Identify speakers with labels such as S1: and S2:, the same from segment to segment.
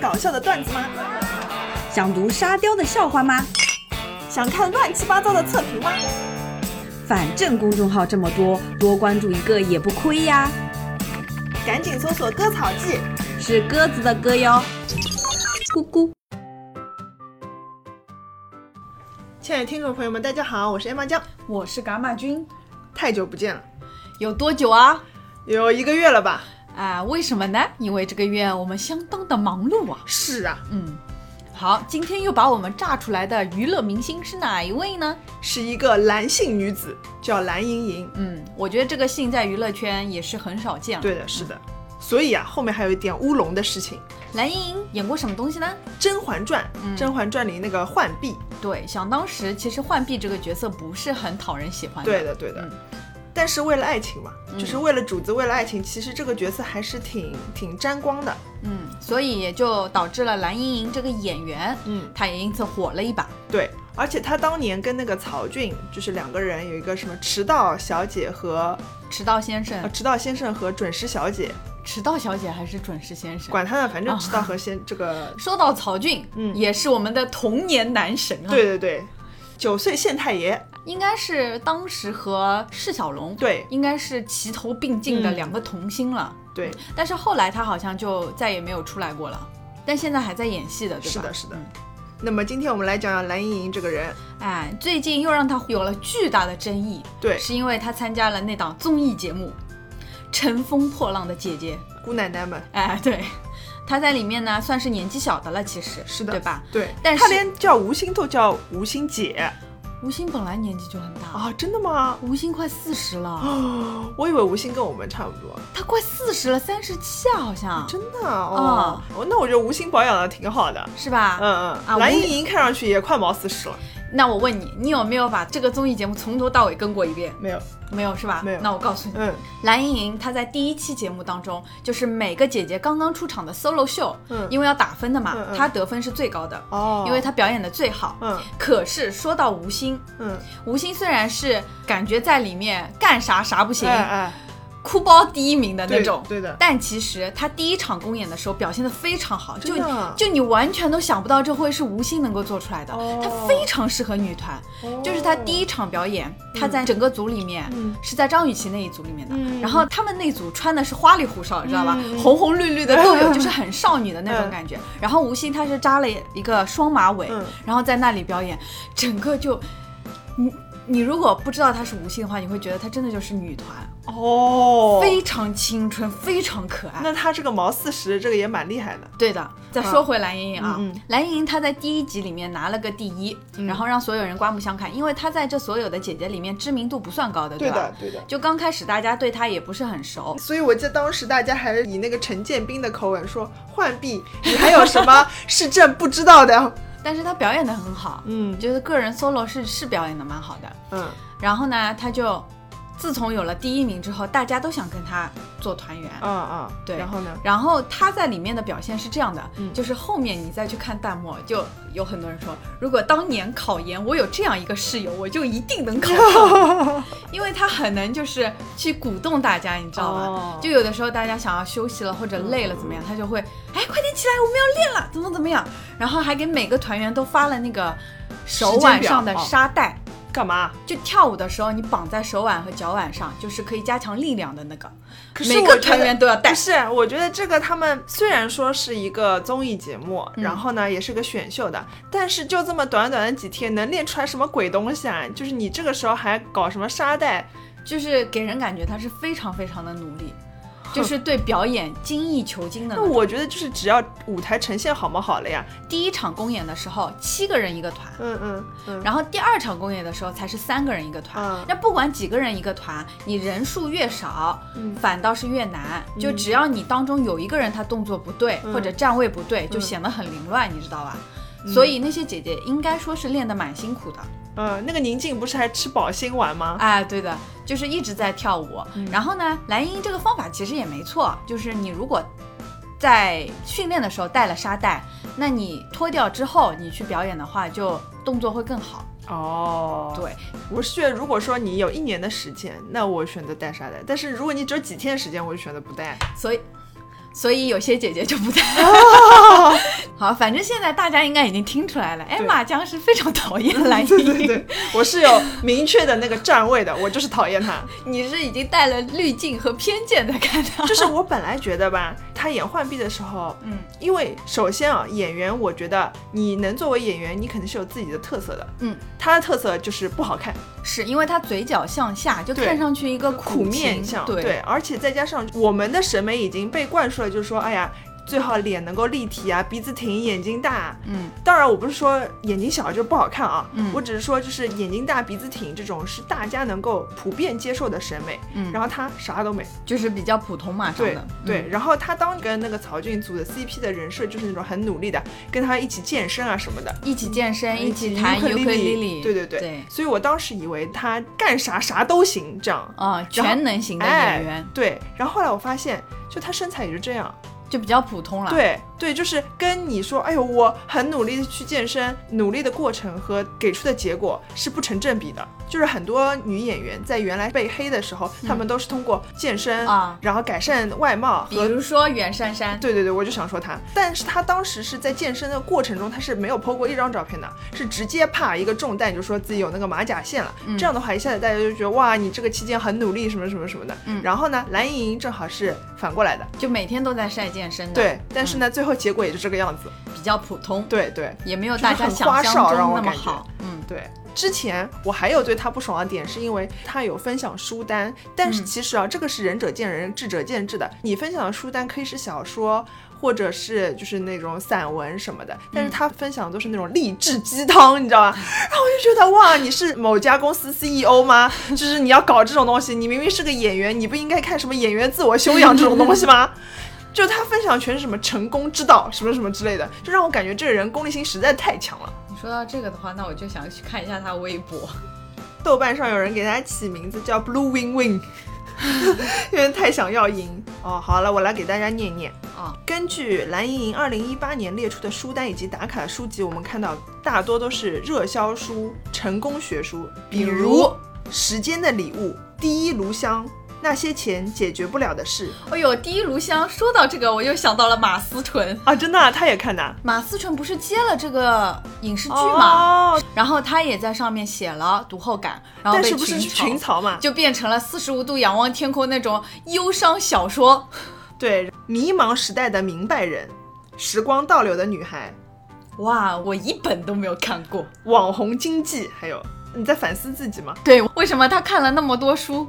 S1: 搞笑的段子吗？
S2: 想读沙雕的笑话吗？
S1: 想看乱七八糟的测评吗？
S2: 反正公众号这么多，多关注一个也不亏呀。
S1: 赶紧搜索“割草记
S2: 是鸽子的歌哟，咕咕。”。
S1: 亲爱的听众朋友们，大家好，我是艾玛酱，
S3: 我是伽马君，
S1: 太久不见了，
S3: 有多久啊？
S1: 有一个月了吧？
S3: 啊，为什么呢？因为这个月我们相当的忙碌啊。
S1: 是啊，
S3: 嗯，好，今天又把我们炸出来的娱乐明星是哪一位呢？
S1: 是一个男性女子，叫蓝盈莹。
S3: 嗯，我觉得这个姓在娱乐圈也是很少见了。
S1: 对的，是的。所以啊，后面还有一点乌龙的事情，
S3: 蓝盈莹演过什么东西呢？
S1: 《甄嬛传》
S3: 嗯
S1: 甄嬛传》里那个浣碧，
S3: 对，想当时其实浣碧这个角色不是很讨人喜欢的。
S1: 对的，对的
S3: 嗯。
S1: 但是为了爱情嘛，就是为了主子，为了爱情，其实这个角色还是挺挺沾光的。
S3: 嗯，所以也就导致了蓝盈莹这个演员，
S1: 嗯，
S3: 她也因此火了一把。
S1: 对，而且他当年跟那个曹骏，就是两个人有一个什么迟到小姐和
S3: 迟到先生
S1: 呃、，迟到先生和准时小姐，
S3: 迟到小姐还是准时先生？
S1: 管他呢，反正迟到和先、这个，
S3: 说到曹骏，
S1: 嗯
S3: 也是我们的童年男神啊，
S1: 对，对对，九岁县太爷，
S3: 应该是当时和释小龙，，
S1: 对
S3: 应该是齐头并进的
S1: 嗯
S3: 两个童星了。嗯
S1: 对，
S3: 但是后来他好像就再也没有出来过了，但现在还在演戏的，对吧？
S1: 是的，是的
S3: 嗯。
S1: 那么今天我们来讲讲蓝盈莹这个人，
S3: 哎，最近又让他有了巨大的争议，
S1: 对，
S3: 是因为他参加了那档综艺节目《乘风破浪的姐姐》。
S1: 姑奶奶们，
S3: 哎，对，他在里面呢算是年纪小的了，其实
S1: 是的
S3: 对吧？
S1: 对，
S3: 但
S1: 她
S3: 是
S1: 连叫吴昕都叫吴昕姐
S3: 吴昕本来年纪就很大，
S1: 啊，真的吗？
S3: 吴昕快四十了。
S1: 哦，我以为吴昕跟我们差不多，
S3: 他快四十了，三十七啊，好像
S1: 真的啊哦。哦那我觉得吴昕保养的挺好的，
S3: 是吧？
S1: 嗯
S3: 嗯啊
S1: 嗯，蓝
S3: 吴
S1: 盈莹看上去也快毛四十了，
S3: 那我问你，你有没有把这个综艺节目从头到尾跟过一遍？
S1: 没有，
S3: 没有是吧？
S1: 没有
S3: 那我告诉你，
S1: 嗯
S3: 蓝盈莹她在第一期节目当中，就是每个姐姐刚刚出场的 solo 秀，
S1: 嗯
S3: 因为要打分的嘛，
S1: 嗯嗯
S3: 她得分是最高的，
S1: 哦，
S3: 因为她表演的最好。
S1: 嗯
S3: 可是说到吴昕，
S1: 嗯，
S3: 吴昕虽然是感觉在里面干啥啥不行，
S1: 哎哎，
S3: 哭包第一名的那
S1: 对
S3: 种，
S1: 对的，
S3: 但其实他第一场公演的时候表现的非常好，就
S1: 真的啊
S3: 就你完全都想不到这会是吴昕能够做出来的，
S1: 哦
S3: 他非常适合女团。就是他第一场表演，他在整个组里面
S1: 嗯
S3: 是在张雨绮那一组里面的，
S1: 嗯
S3: 然后他们那组穿的是花里胡哨，你知道吧？
S1: 嗯
S3: 红红绿绿的都 有，就是很少女的那种
S1: 嗯
S3: 感觉。然后吴昕她是扎了一个双马尾，
S1: 嗯
S3: 然后在那里表演，整个就你。你如果不知道她是吴昕的话，你会觉得她真的就是女团，
S1: 哦，
S3: 非常青春，非常可爱。
S1: 那他这个毛四十，这个也蛮厉害的。
S3: 对的，再说回蓝盈莹啊，
S1: 嗯嗯
S3: 蓝盈莹她在第一集里面拿了个第一，然后让所有人刮目相看，因为她在这所有的姐姐里面知名度不算高的，吧？，
S1: 对的。嗯
S3: 就刚开始大家对她也不是很熟，
S1: 所以我记得当时大家还以那个陈建斌的口吻说：“浣碧，你还有什么市政不知道的
S3: 但是她表演的很好？”，
S1: 嗯
S3: 觉得个人 solo 是是表演的蛮好的。
S1: 嗯，
S3: 然后呢，她就自从有了第一名之后，大家都想跟她做团圆。
S1: 啊啊，
S3: 对
S1: 然后呢？
S3: 然后她在里面的表现是这样的，
S1: 嗯
S3: 就是后面你再去看弹幕，就有很多人说，如果当年考研我有这样一个室友，我就一定能考上， 因为她很能就是去鼓动大家，你知道吧？
S1: 哦嗯
S3: 就有的时候大家想要休息了或者累了怎么样，她就会，哎，快点起来，我们要练了，怎么怎么样，然后还给每个团员都发了那个手腕上的
S1: 时间表哦
S3: 沙袋。
S1: 干嘛？
S3: 就跳舞的时候，你绑在手腕和脚腕上，就是可以加强力量的那个，
S1: 可是
S3: 每
S1: 我
S3: 个
S1: 觉
S3: 团
S1: 得
S3: 员都要带
S1: 不。是，我觉得这个他们虽然说是一个综艺节目，然后呢也是个选秀的，但是就这么短短的几天，能练出来什么鬼东西啊？就是你这个时候还搞什么沙袋？
S3: 就是给人感觉他是非常非常的努力，就是对表演精益求精的那
S1: 那
S3: 种。
S1: 我觉得就是只要舞台呈现好嘛好了呀。
S3: 第一场公演的时候，七个人一个团。
S1: 嗯嗯嗯，
S3: 然后第二场公演的时候才是三个人一个团，
S1: 嗯
S3: 那不管几个人一个团，你人数越少，
S1: 嗯
S3: 反倒是越难。就只要你当中有一个人他动作不对、
S1: 嗯
S3: 或者站位不对，就
S1: 嗯
S3: 显得很凌乱，你知道吧？所以那些姐姐应该说是练得蛮辛苦的。
S1: 嗯，那个宁静不是还吃保心丸 吗？
S3: 哎，对的，就是一直在跳舞。
S1: 嗯
S3: 然后呢，蓝茵这个方法其实也没错，就是你如果在训练的时候带了沙袋，那你脱掉之后你去表演的话，就动作会更好。
S1: 哦，
S3: 对，
S1: 我是觉得如果说你有一年的时间，那我选择带沙袋；但是如果你只有几天时间，我就选择不带。
S3: 所以。 所以有些姐姐就不在。 好，反正现在大家应该已经听出来了，哎，
S1: 对
S3: 马江是非常讨厌蓝
S1: 对 对
S3: 莹，
S1: 对，我是有明确的那个站位的，我就是讨厌他。
S3: 你是已经带了滤镜和偏见在看 他。
S1: 就是我本来觉得吧，他演浣碧的时候，
S3: 嗯，
S1: 因为首先啊，演员我觉得你能作为演员，你肯定是有自己的特色的。
S3: 嗯，
S1: 他的特色就是不好看，
S3: 是因为他嘴角向下，就
S1: 对
S3: 看上去一个
S1: 苦面
S3: 情
S1: 相。
S3: 对，
S1: 而且再加上我们的审美已经被灌输了，就是说，哎呀。最好脸能够立体啊，鼻子挺，眼睛大啊。
S3: 嗯
S1: 当然，我不是说眼睛小就不好看啊，
S3: 嗯
S1: 我只是说就是眼睛大、鼻子挺这种是大家能够普遍接受的审美。
S3: 嗯，
S1: 然后他啥都没，
S3: 就是比较普通嘛，
S1: 对
S3: 长嗯得
S1: 对，，然后他当跟那个曹骏组的 CP 的人设就是那种很努力的，跟他一起健身啊什么的，
S3: 嗯一起健身，一起
S1: 起
S3: 弹尤
S1: 尤
S3: 克里里，
S1: 对对对，
S3: 对，
S1: 所以我当时以为他干啥啥都行这样，
S3: 啊，全能型的
S1: 哎
S3: 演员
S1: 对，然后后来我发现，就他身材也就这样，
S3: 就比较普通了，，
S1: 对对，就是跟你说，哎呦，我很努力的去健身，努力的过程和给出的结果是不成正比的。就是很多女演员在原来被黑的时候，她们都是通过健身
S3: 嗯啊
S1: 然后改善外貌
S3: 比
S1: 和
S3: 如说袁姗姗，
S1: 对对对，我就想说他，但是他当时是在健身的过程中，他是没有 PO 过一张照片的，是直接啪一个重担，就说自己有那个马甲线了。这样的话，一下子大家就觉得哇，你这个期间很努力，什么什么什么的。
S3: 嗯
S1: 然后呢，蓝盈莹正好是反过来的，
S3: 就每天都在晒健身的，，
S1: 对，但是呢，最后结果也就这个样子。
S3: 比较普通，
S1: 对对
S3: 也没有
S1: 就是
S3: 大家
S1: 很
S3: 想
S1: 花
S3: 象
S1: 哨让
S3: 中
S1: 我
S3: 那么
S1: 感觉
S3: 好，嗯
S1: 对。之前我还有对他不爽的点，是因为他有分享书单，但是
S3: 嗯
S1: 其实啊，这个是仁者见仁，智者见智的。你分享的书单可以是小说，或者是就是那种散文什么的，但是他分享的都是那种励志鸡汤，你知道吧？ 然后我就觉得哇，你是某家公司 CEO 吗？就是你要搞这种东西，你明明是个演员，你不应该看什么演员自我修养这种东西吗？ 就他分享全是什么成功之道，什么什么之类的，就让我感觉这个人功利心实在太强了。
S3: 你说到这个的话，那我就想去看一下他微博，
S1: 豆瓣上有人给他起名字叫 Blue Win Win，因为太想要赢哦。好了，我来给大家念念
S3: 啊
S1: 根据蓝盈莹二零一八年列出的书单以及打卡书籍，我们看到大多都是热销书、成功学书，比
S3: 比
S1: 如
S3: 如
S1: 《时间的礼物》《第一炉香》《那些钱解决不了的事
S3: 哎呦，第一炉香，说到这个，我又想到了马思纯。》
S1: 啊，真的啊、他也看的啊
S3: 马思纯不是接了这个影视剧嘛，
S1: 哦，
S3: 然后她也在上面写了读后感，然后
S1: 但
S3: 被
S1: 是不是群
S3: 群嘲，
S1: 嘲嘛？
S3: 就变成了四十五度仰望天空那种忧伤小说。
S1: 对，迷茫时代的明白人，时光倒流的女孩，
S3: 哇，我一本都没有看过。
S1: 网红经济，还有你在反思自己吗？
S3: 对，为什么她看了那么多书？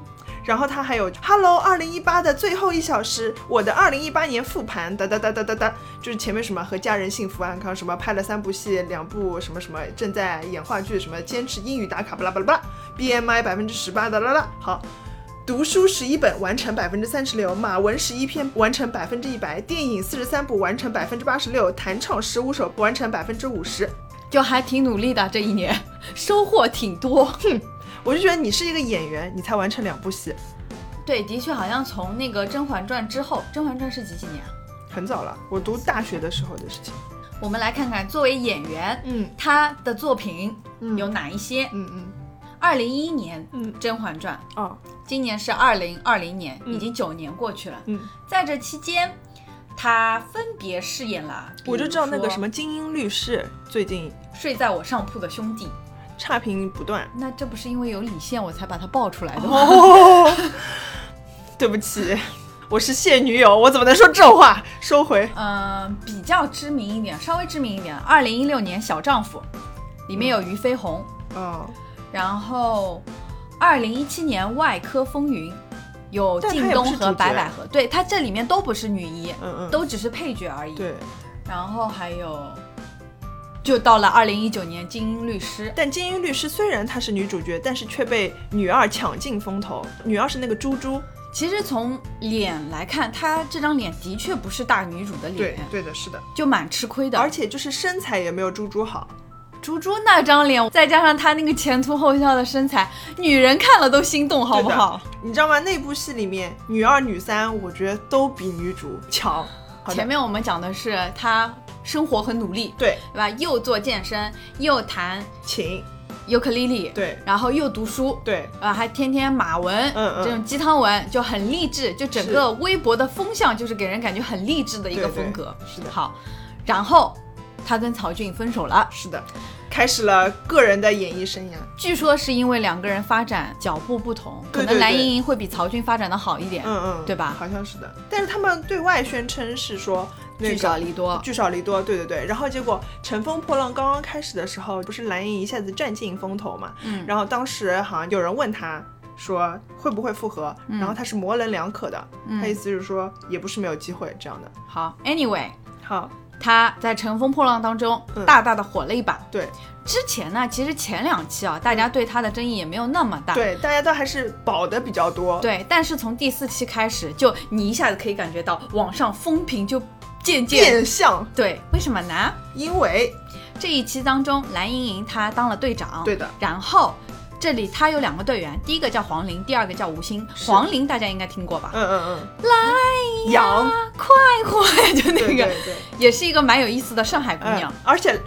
S1: 然后他还有 Hello 二零一八的最后一小时，我的二零一八年复盘，哒哒哒哒哒哒，就是前面什么和家人幸福安康，什么拍了三部戏，两部什么什么正在演话剧，什么坚持英语打卡，巴拉巴拉巴拉，BMI 百分之十八，哒啦啦，好。读书十一本完成百分之三十六，马文十一篇完成百分之一百，电影四十三部完成百分之八十六，弹唱十五首完成百分之五十，
S3: 就还挺努力的，这一年收获挺多。
S1: 我就觉得你是一个演员，你才完成两部戏，
S3: 对，的确好像从那个《甄嬛传》之后，《甄嬛传》是几几年啊？
S1: 很早了，我读大学的时候的事情。
S3: 我们来看看作为演员，
S1: 嗯
S3: 她的作品
S1: 嗯
S3: 有哪一些？
S1: 嗯嗯
S3: 二零一一年，
S1: 嗯
S3: 《甄嬛传》
S1: 哦，
S3: 今年是二零二零年，
S1: 嗯
S3: 已经九年过去了。
S1: 嗯，
S3: 在这期间，她分别饰演了，
S1: 我就知道那个什
S3: 《
S1: 么精英律师最近
S3: 睡在我上铺的兄弟》。
S1: 差评不断。
S3: 那这不是因为有李现我才把它爆出来的 吗？
S1: 哦，对不起，我是现女友，我怎么能说这种话？收回。
S3: 呃，比较知名一点，稍微知名一点，二零一六年《小丈夫》里面有俞飞鸿，
S1: 哦，
S3: 然后二零一七年《外科风云》有
S1: 但她
S3: 靳
S1: 也不
S3: 东
S1: 是
S3: 和
S1: 主
S3: 白
S1: 角
S3: 百合，对她这里面都不是女一，
S1: 嗯嗯，
S3: 都只是配角而已。
S1: 对。
S3: 然后还有，就到了二零一九年《精英律师》，
S1: 但精英律师虽然她是女主角，但是却被女二抢尽风头。女二是那个猪猪。
S3: 其实从脸来看，她这张脸的确不是大女主的脸，
S1: 对的，是的。
S3: 就蛮吃亏的。
S1: 而且就是身材也没有猪猪好。
S3: 猪猪那张脸，再加上她那个前凸后翘的身材，女人看了都心动，好不好？
S1: 你知道吗？那部戏里面，女二、女三，我觉得都比女主强。好的
S3: 前面我们讲的是她生活很努力，
S1: 对，
S3: 对吧？又做健身，又弹
S1: 请
S3: 尤克里里，
S1: 对
S3: 然后又读书，
S1: 对，
S3: 啊，还天天马文，
S1: 嗯嗯
S3: 这种鸡汤文就很励志，就整个微博的风向就是给人感觉很励志的一个
S1: 对对
S3: 风格。
S1: 是的
S3: 好，然后他跟曹骏分手了，
S1: 是的，开始了个人的演艺生涯。
S3: 据说是因为两个人发展脚步不同，
S1: 对对
S3: 可能蓝
S1: 对
S3: 盈莹会比曹骏发展的好一点，
S1: 嗯嗯，
S3: 对吧
S1: 好像是的。但是他们对外宣称是说那个
S3: 聚少离多。
S1: 聚少离多，对对对。然后结果《乘风破浪》刚刚开始的时候，不是蓝莹一下子占尽风头嘛？
S3: 嗯
S1: 然后当时好像有人问他说会不会复合，
S3: 嗯
S1: 然后他是模棱两可的，他意思就是说也不是没有机会这样的。
S3: 好，anyway，
S1: 好，
S3: 他在《乘风破浪》当中
S1: 嗯
S3: 大大的火了一把。
S1: 对
S3: 之前呢，其实前两期啊，大家对他的争议也没有那么大。
S1: 嗯对，大家都还是保的比较多。
S3: 对，但是从第四期开始，就你一下子可以感觉到网上风评就渐渐
S1: 变相，
S3: 对，为什么呢？
S1: 因为
S3: 这一期当中，蓝盈莹她当了队长，
S1: 对的，
S3: 然后这里她有两个队员，第一个叫黄龄，第二个叫吴昕。
S1: 是
S3: 黄龄大家应该听过吧？
S1: 嗯嗯嗯，来羊，
S3: 啊，快快，就那个
S1: 对对对，
S3: 也是一个蛮有意思的上海姑
S1: 嗯
S3: 娘。，
S1: 而且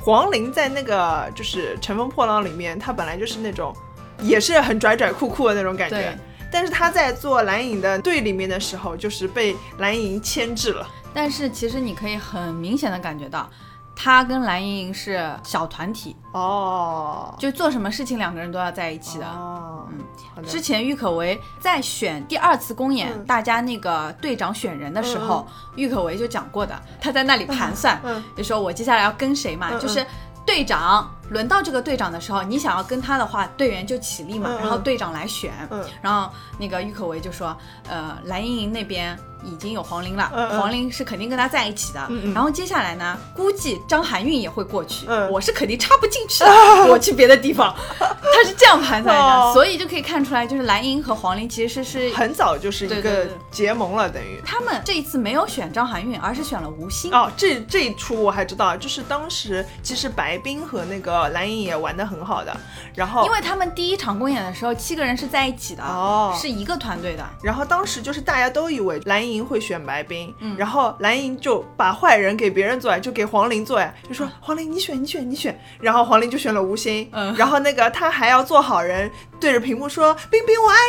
S1: 黄龄在那个就是《乘风破浪》里面，她本来就是那种也是很拽拽酷酷的那种感觉
S3: 对。
S1: 但是她在做蓝影的队里面的时候，就是被蓝影牵制了。
S3: 但是其实你可以很明显的感觉到，她跟蓝盈莹是小团体，
S1: 哦，
S3: 就做什么事情两个人都要在一起的。
S1: 哦，
S3: 嗯
S1: 好的
S3: 之前郁可唯在选第二次公演，
S1: 嗯
S3: 大家那个队长选人的时候，郁可唯就讲过的，她在那里盘算，
S1: 嗯
S3: 就说我接下来要跟谁嘛，
S1: 嗯嗯
S3: 就是队长轮到这个队长的时候，你想要跟他的话，队员就起立嘛，
S1: 嗯嗯
S3: 然后队长来选。
S1: 嗯
S3: 然后那个郁可唯就说，呃，蓝盈莹那边已经有黄龄了，
S1: 嗯嗯
S3: 黄龄是肯定跟她在一起的。
S1: 嗯嗯
S3: 然后接下来呢，估计张含韵也会过去，
S1: 嗯
S3: 我是肯定插不进去的， 我去别的地方。他是这样盘算
S1: 哦
S3: 的，所以就可以看出来，就是蓝盈和黄龄其实是
S1: 很早就是一
S3: 对
S1: 个
S3: 对对
S1: 结盟了，等于。
S3: 他们这一次没有选张含韵，而是选了吴昕。
S1: 哦，这这一出我还知道，就是当时其实白冰和那个蓝影也玩的很好的，然后
S3: 因为他们第一场公演的时候，七个人是在一起的，
S1: 哦
S3: 是一个团队的。
S1: 然后当时就是大家都以为蓝莹会选白冰，
S3: 嗯
S1: 然后蓝莹就把坏人给别人做呀，就给黄龄做呀，就说黄龄你选你选你选，然后黄龄就选了吴昕，
S3: 嗯
S1: 然后那个他还要做好人，对着屏幕说冰冰我爱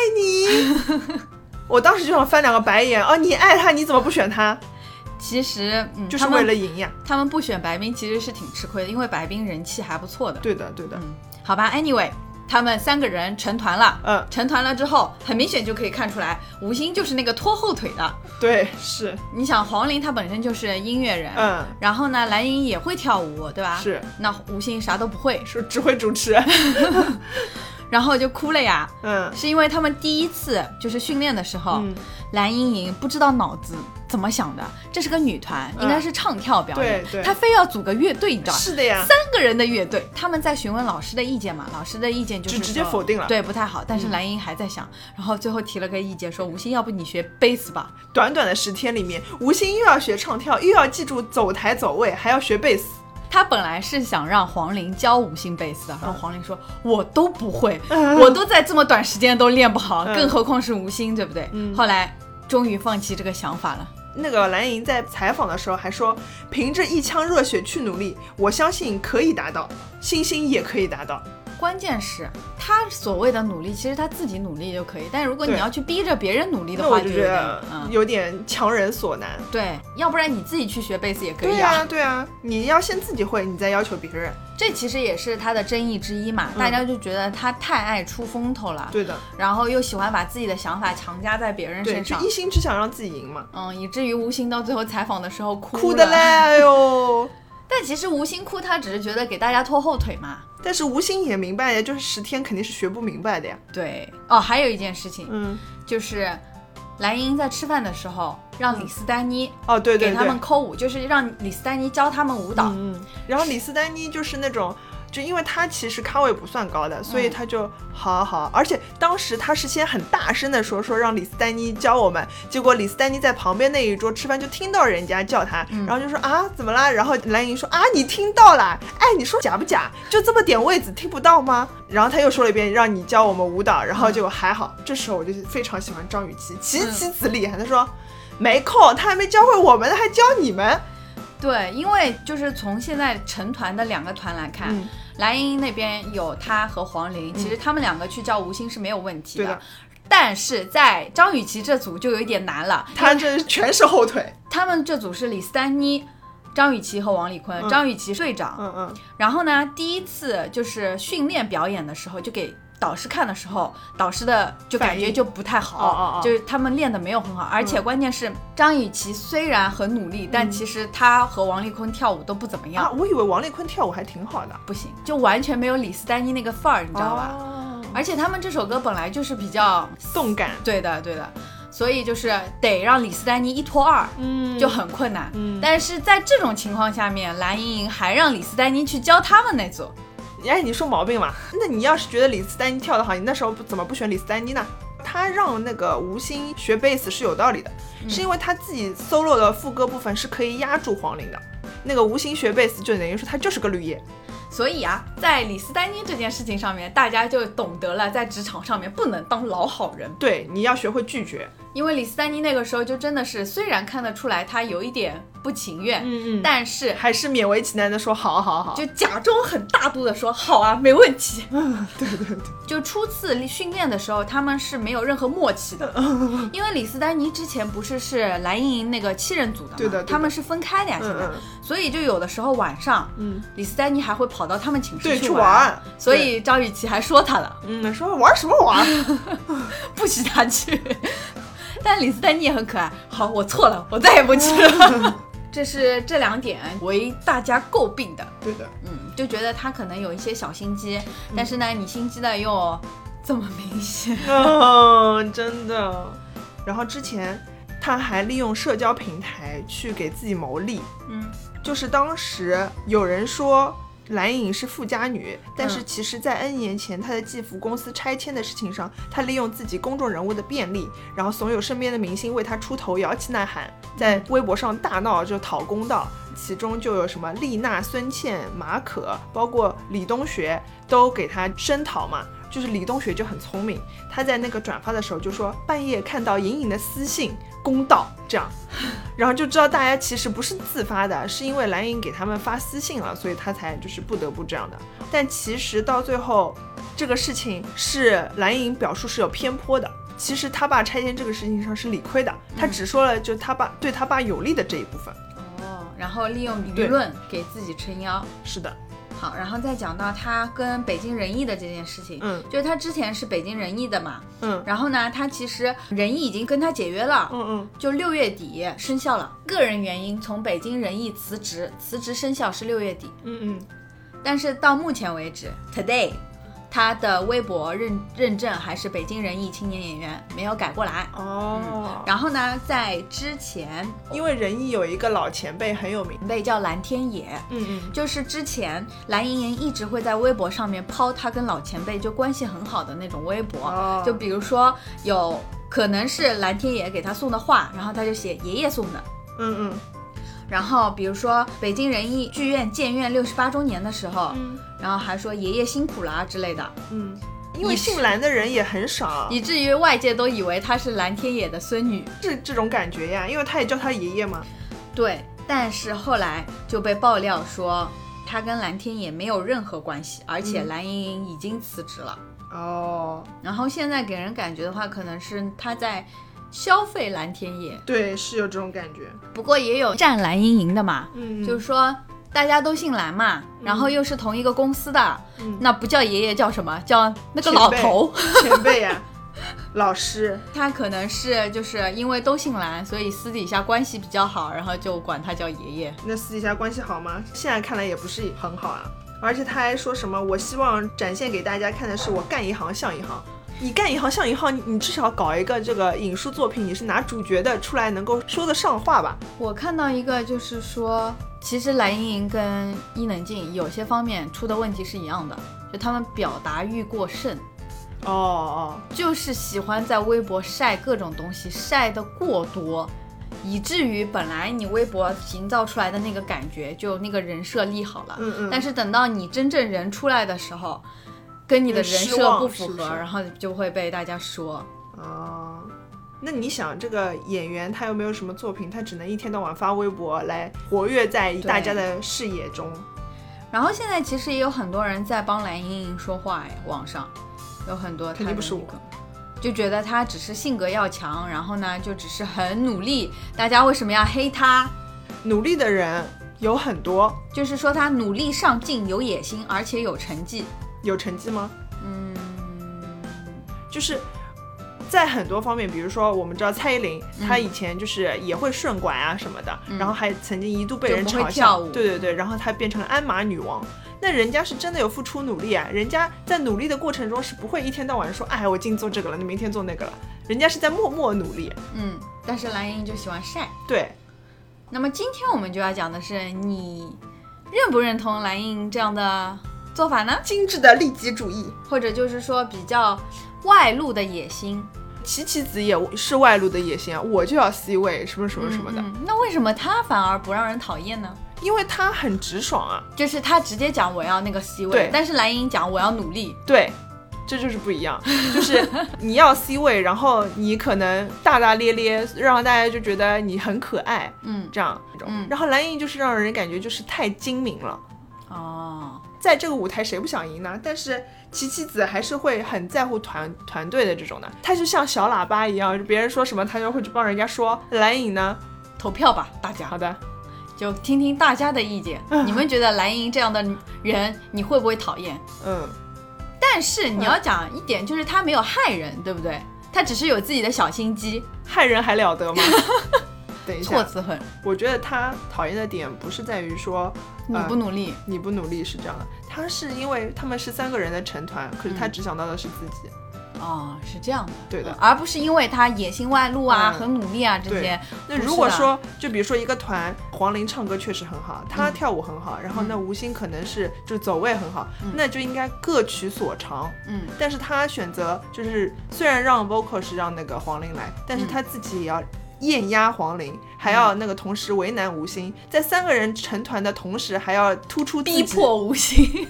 S1: 你， 我当时就想翻两个白眼，哦你爱他你怎么不选他？
S3: 其实，嗯，
S1: 就是
S3: 他们
S1: 为了赢呀，
S3: 他们不选白冰其实是挺吃亏的，因为白冰人气还不错的。
S1: 对的对的，
S3: 嗯，好吧，anyway，他们三个人成团了。
S1: 嗯
S3: 成团了之后，很明显就可以看出来，吴昕就是那个拖后腿的。
S1: 对是
S3: 你想，黄龄她本身就是音乐人，
S1: 嗯
S3: 然后呢，蓝盈也会跳舞，对吧？。
S1: 是
S3: 那吴昕啥都不会，
S1: 是只会主持，
S3: 然后就哭了呀，
S1: 嗯
S3: 是因为他们第一次就是训练的时候，
S1: 嗯
S3: 蓝盈莹不知道脑子怎么想的，这是个女团，
S1: 嗯
S3: 应该是唱跳表演
S1: 对，对
S3: 她非要组个乐队，你知道吧？
S1: 是的呀，
S3: 三个人的乐队，他们在询问老师的意见嘛？老师的意见就是
S1: 就直接
S3: 说
S1: 否定了嗯
S3: 对，不太好。但是蓝莹还在想，然后最后提了个意见说，吴昕，要不你学贝斯吧？
S1: 短短的十天里面，吴昕又要学唱跳，又要记住走台走位，还要学贝斯。
S3: 他本来是想让黄龄教吴昕贝斯的，
S1: 嗯
S3: 然后黄龄说：“我都 不会，我都在这么短时间都练不好，
S1: 嗯
S3: 更何况是吴昕，对不对？”后来终于放弃这个想法了。
S1: 那个蓝莹在采访的时候还说：“凭着一腔热血去努力，我相信可以达到，星星也可以达到。
S3: 关键是他所谓的努力，其实他自己努力就可以，但如果你
S1: 对
S3: 要去逼着别人努力”的
S1: 那
S3: 话，
S1: 我
S3: 就
S1: 就
S3: 有
S1: 觉
S3: 点
S1: 得
S3: 嗯，
S1: 有点强人所难。
S3: 对，要不然你自己去学贝斯也可
S1: 对
S3: 以
S1: 呀、对啊，你要先自己会，你再要求别人。
S3: 这其实也是他的争议之一嘛，
S1: 嗯
S3: 大家就觉得他太爱出风头了，
S1: 对的，
S3: 然后又喜欢把自己的想法强加在别人
S1: 对，
S3: 身
S1: 就
S3: 上
S1: 一，心只想让自己赢嘛，
S3: 嗯，以至于吴昕到最后采访的时候哭
S1: 哭的
S3: 了
S1: 嘞，。哎 呦！
S3: 但其实吴昕哭，他只是觉得给大家拖后腿嘛。
S1: 但是吴昕也明白呀，就是十天肯定是学不明白的呀。
S3: 对，哦，还有一件事情、
S1: 嗯，
S3: 就是，蓝盈在吃饭的时候让李斯丹妮
S1: 哦，对对
S3: 给
S1: 对，
S3: 他们抠舞，就是让李斯丹妮教他们舞蹈。
S1: 嗯，嗯，然后李斯丹妮就是那种，就因为她其实咖位不算高的，所以她就好好好。而且当时她是先很大声的说说让李斯丹妮教我们，结果李斯丹妮在旁边那一桌吃饭就听到人家叫她，然后就说啊怎么啦？然后蓝莹说啊你听到啦？哎你说假不假？就这么点位子听不到吗？然后她又说了一遍让你教我们舞蹈，然后结果还好。这时候我就非常喜欢张雨绮，其其子厉害，她说。没空，她还没教会我们呢，还教你们。
S3: 对，因为就是从现在成团的两个团来看，
S1: 嗯
S3: 蓝盈莹那边有她和黄龄，其实他们两个去叫吴昕是没有问题
S1: 对的
S3: 但是在张雨绮这组就有一点难了，
S1: 他这全是后腿，
S3: 他们这组是李斯丹妮、张雨绮和王丽坤，
S1: 嗯
S3: 张雨绮队长。
S1: 嗯嗯，
S3: 然后呢，第一次就是训练表演的时候，就给导师看的时候，导师的就感
S1: 反
S3: 觉
S1: 应
S3: 就不太好，
S1: 哦哦哦嗯
S3: 就是他们练的没有很好，而且关键是、张雨绮虽然很努力，但其实她和王丽坤跳舞都不怎么样，
S1: 啊，我以为王丽坤跳舞还挺好的，
S3: 不行，就完全没有李斯丹妮那个范儿，你知道吧？
S1: 哦
S3: 而且他们这首歌本来就是比较
S1: 动感，
S3: 对的，对的，所以就是得让李斯丹妮一拖二，
S1: 嗯
S3: 就很困难。
S1: 嗯
S3: 但是在这种情况下面，蓝盈莹还让李斯丹妮去教他们那组，
S1: 哎，你说毛病嘛？那你要是觉得李斯丹妮跳得好，你那时候不怎么不选李斯丹妮呢？他让那个吴昕学贝斯是有道理的，是因为他自己 solo 的副歌部分是可以压住黄龄的。那个吴昕学贝斯就等于说他就是个绿叶，
S3: 所以啊，在李斯丹妮这件事情上面，大家就懂得了在职场上面不能当老好人，
S1: 对，你要学会拒绝。
S3: 因为李斯丹妮那个时候就真的是，虽然看得出来她有一点不情愿，
S1: 嗯但
S3: 但是
S1: 还是勉为其难的说好好好。
S3: 就假装很大度的说好啊，没问题。嗯，对对对。就初次训练的时候，他们是没有任何默契的，
S1: 嗯
S3: 因为李斯丹妮之前不是是蓝盈莹那个七人组的嘛，
S1: 对的对的
S3: 他们是分开的呀，现在，
S1: 嗯
S3: 所以就有的时候晚上，
S1: 嗯，
S3: 李斯丹妮还会跑到他们寝室
S1: 对，去
S3: 玩，
S1: 玩。
S3: 所以张雨绮还说她了，
S1: 嗯，说玩什么玩？
S3: 不许她去。但李斯丹妮也很可爱，好，我错了，我再也不去了。 这是这两点为大家诟病的。
S1: 对的，
S3: 嗯，就觉得他可能有一些小心机，但是呢，你心机的又这么明显。
S1: 嗯， 真的。然后之前他还利用社交平台去给自己谋利，
S3: 嗯，
S1: 就是当时有人说蓝颖是富家女，但是
S3: 嗯
S1: 其实，在 N 年前，她的继父公司拆迁的事情上，她利用自己公众人物的便利，然后怂恿身边的明星为她出头，摇旗呐喊，在微博上大闹就讨公道。其中就有什么丽娜、孙茜、马可，包括李东学，都给她声讨嘛。就是李东学就很聪明，他在那个转发的时候就说半夜看到隐隐的私信，公道这样，然后就知道大家其实不是自发的，是因为蓝莹给他们发私信了，所以他才就是不得不这样的。但其实到最后，这个事情是蓝莹表述是有偏颇的。其实他爸拆迁这个事情上是理亏的，他只说了就他爸对他爸有利的这一部分。
S3: 哦，然后利用舆
S1: 对
S3: 论给自己撑腰。
S1: 是的，
S3: 好，然后再讲到他跟北京人艺的这件事情，
S1: 嗯
S3: 就是他之前是北京人艺的嘛，
S1: 嗯
S3: 然后呢，他其实人艺已经跟他解约了，
S1: 嗯嗯，
S3: 就六月底生效了，个人原因从北京人艺辞职，辞职生效是六月底，
S1: 嗯嗯，
S3: 但是到目前为止，today，他的微博认认证还是北京人艺青年演员，没有改过来。
S1: 哦，
S3: 然后呢，在之前
S1: 因为仁义有一个老前辈很有名，
S3: 被叫蓝天野，
S1: 嗯嗯，
S3: 就是之前蓝盈莹一直会在微博上面抛她跟老前辈就关系很好的那种微博，
S1: 哦
S3: 就比如说有可能是蓝天野给她送的画，然后她就写爷爷送的。
S1: 嗯嗯
S3: 然后比如说北京人艺剧院建院六十八周年的时候，
S1: 嗯
S3: 然后还说爷爷辛苦了啊之类的，
S1: 嗯，因为姓蓝的人也很少，
S3: 以至于外界都以为她是蓝天野的孙女。
S1: 是这种感觉呀，因为他也叫他爷爷嘛。
S3: 对，但是后来就被爆料说，她跟蓝天野没有任何关系，而且
S1: 嗯
S3: 蓝盈莹已经辞职了。
S1: 哦，
S3: 然后现在给人感觉的话，可能是她在消费蓝天野，
S1: 对，是有这种感觉。
S3: 不过也有占蓝盈莹的嘛，
S1: 嗯
S3: 就是说。大家都姓蓝嘛，然后又是同一个公司的，
S1: 嗯
S3: 那不叫爷爷叫什么？叫那个
S1: 前
S3: 老
S1: 辈
S3: 头。
S1: 前辈呀、老师，
S3: 他可能是就是因为都姓蓝，所以私底下关系比较好，然后就管他叫爷爷。
S1: 那私底下关系好吗？现在看来也不是很好啊。而且他还说什么，我希望展现给大家看的是我干一行像一行。你干一行像一行，你你至少搞一个这个影视作品，你是拿主角的出来能够说得上话吧？
S3: 我看到一个就是说，其实蓝盈莹跟伊能静有些方面出的问题是一样的，就他们表达欲过剩，
S1: 哦哦，
S3: 就是喜欢在微博晒各种东西，晒得过多。以至于本来你微博营造出来的那个感觉，就那个人设立好了，
S1: 嗯嗯
S3: 但是等到你真正人出来的时候，跟你的人
S1: 就失
S3: 设
S1: 望
S3: 不符合，
S1: 是不是
S3: 然后就会被大家说。
S1: 哦，那你想这个演员他又没有什么作品，他只能一天到晚发微博来活跃在大家的视野中。
S3: 然后现在其实也有很多人在帮蓝盈莹说话哎，网上有很多她
S1: 肯定
S3: 的
S1: 不是
S3: 那
S1: 我
S3: 个就觉得她只是性格要强，然后呢就只是很努力，大家为什么要黑她？
S1: 努力的人有很多，
S3: 就是说她努力上进、有野心，而且有成绩。
S1: 有成绩吗？
S3: 嗯，
S1: 就是在很多方面，比如说我们知道蔡依林，
S3: 嗯
S1: 她以前就是也会顺拐啊什么的，然后还曾经一度被人
S3: 就不
S1: 嘲笑
S3: 会跳，舞
S1: 对对对，然后她变成了鞍马女王。那人家是真的有付出努力啊，人家在努力的过程中是不会一天到晚说，哎，我今天做这个了，你明天做那个了，人家是在默默努力。
S3: 嗯，但是蓝盈莹就喜欢晒。
S1: 对，
S3: 那么今天我们就要讲的是，你认不认同蓝盈莹这样的做法呢？
S1: 精致的利己主义。
S3: 或者就是说比较外露的野心
S1: 琪琪子也是外露的野心啊，我就要 C 位，什么什么什么的，
S3: 嗯嗯那为什么他反而不让人讨厌呢？
S1: 因为她很直爽啊。
S3: 就是他直接讲我要那个 C 位
S1: 对，
S3: 但是蓝莹莹讲我要努力，
S1: 对，这就是不一样，就是你要 C 位，然后你可能大大咧咧，让大家就觉得你很可爱，
S3: 嗯，
S1: 这样那种。
S3: 嗯
S1: 然后蓝莹就是让人感觉就是太精明了。
S3: 哦，
S1: 在这个舞台谁不想赢呢？但是琪琪子还是会很在乎团团队的这种的，她就像小喇叭一样，别人说什么她就会去帮人家说。蓝莹呢，
S3: 投票吧，大家
S1: 好的，
S3: 就听听大家的意见，你们觉得蓝莹莹这样的人你会不会讨厌？
S1: 嗯，
S3: 但是你要讲一点，就是他没有害人，对不对？他只是有自己的小心机，
S1: 害人还了得吗？ 等一
S3: 措
S1: 下，
S3: 辞很
S1: 我觉得她讨厌的点不是在于说
S3: 努不努力，
S1: 你不努力是这样的，他是因为他们是三个人的成团，可是他只想到的是自己。
S3: 哦，是这样的，
S1: 对的
S3: 嗯而不是因为他野心外露啊、
S1: 嗯
S3: 很努力啊这些。
S1: 那
S3: 不是
S1: 如果
S3: 的
S1: 说，就比如说一个团，黄龄唱歌确实很好，她
S3: 嗯
S1: 跳舞很好，然后那吴昕可能是就走位很好，那就应该各取所长。
S3: 嗯，
S1: 但是她选择就是虽然让 vocal 是让那个黄龄来，但
S3: 嗯
S1: 是她自己也要。艳压黄龄，还要那个同时为难吴昕，在三个人成团的同时，还要突出自己
S3: 逼。迫无形。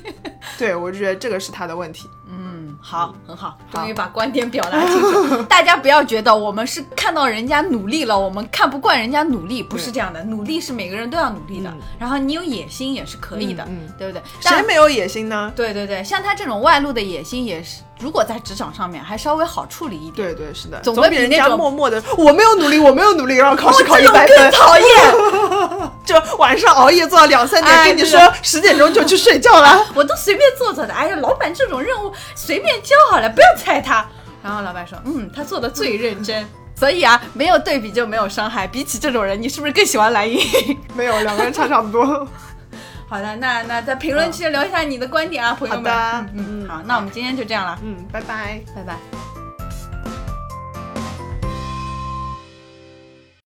S1: 对，我就觉得这个是她的问题。
S3: 嗯，好，很好，终于把观点表达清楚。 大家不要觉得我们是看到人家努力了，我们看不惯人家努力，不是这样的。努力是每个人都要努力的，
S1: 嗯
S3: 然后你有野心也是可以的，
S1: 嗯嗯
S3: 对不对？
S1: 谁
S3: 但
S1: 没有野心呢？
S3: 对对对，像他这种外露的野心，也是如果在职场上面还稍微好处理一点。
S1: 对对是的，
S3: 总
S1: 总
S3: 归
S1: 比
S3: 比
S1: 人
S3: 那
S1: 家
S3: 种
S1: 默默的我没有努力，我没有努力，然后考试考
S3: 哦这
S1: 一
S3: 种
S1: 百
S3: 更
S1: 分，
S3: 讨厌，
S1: 就晚上熬夜做到两三点，
S3: 哎
S1: 跟你
S3: 对
S1: 说十点钟就去睡觉 了。
S3: 我都随便做做的。哎呀，老板这种任务随便交好了，不要踩他。然后老板说，嗯，他做的最认真。所以啊，没有对比就没有伤害。比起这种人，你是不是更喜欢蓝莹？
S1: 没有，两个人差差不多。
S3: 好的，那那在评论区留下你的观点啊，朋友
S1: 好
S3: 们。
S1: 的
S3: 嗯，嗯
S1: 嗯
S3: 好，那我们今天就这样了，
S1: 嗯，拜拜。
S3: 拜拜。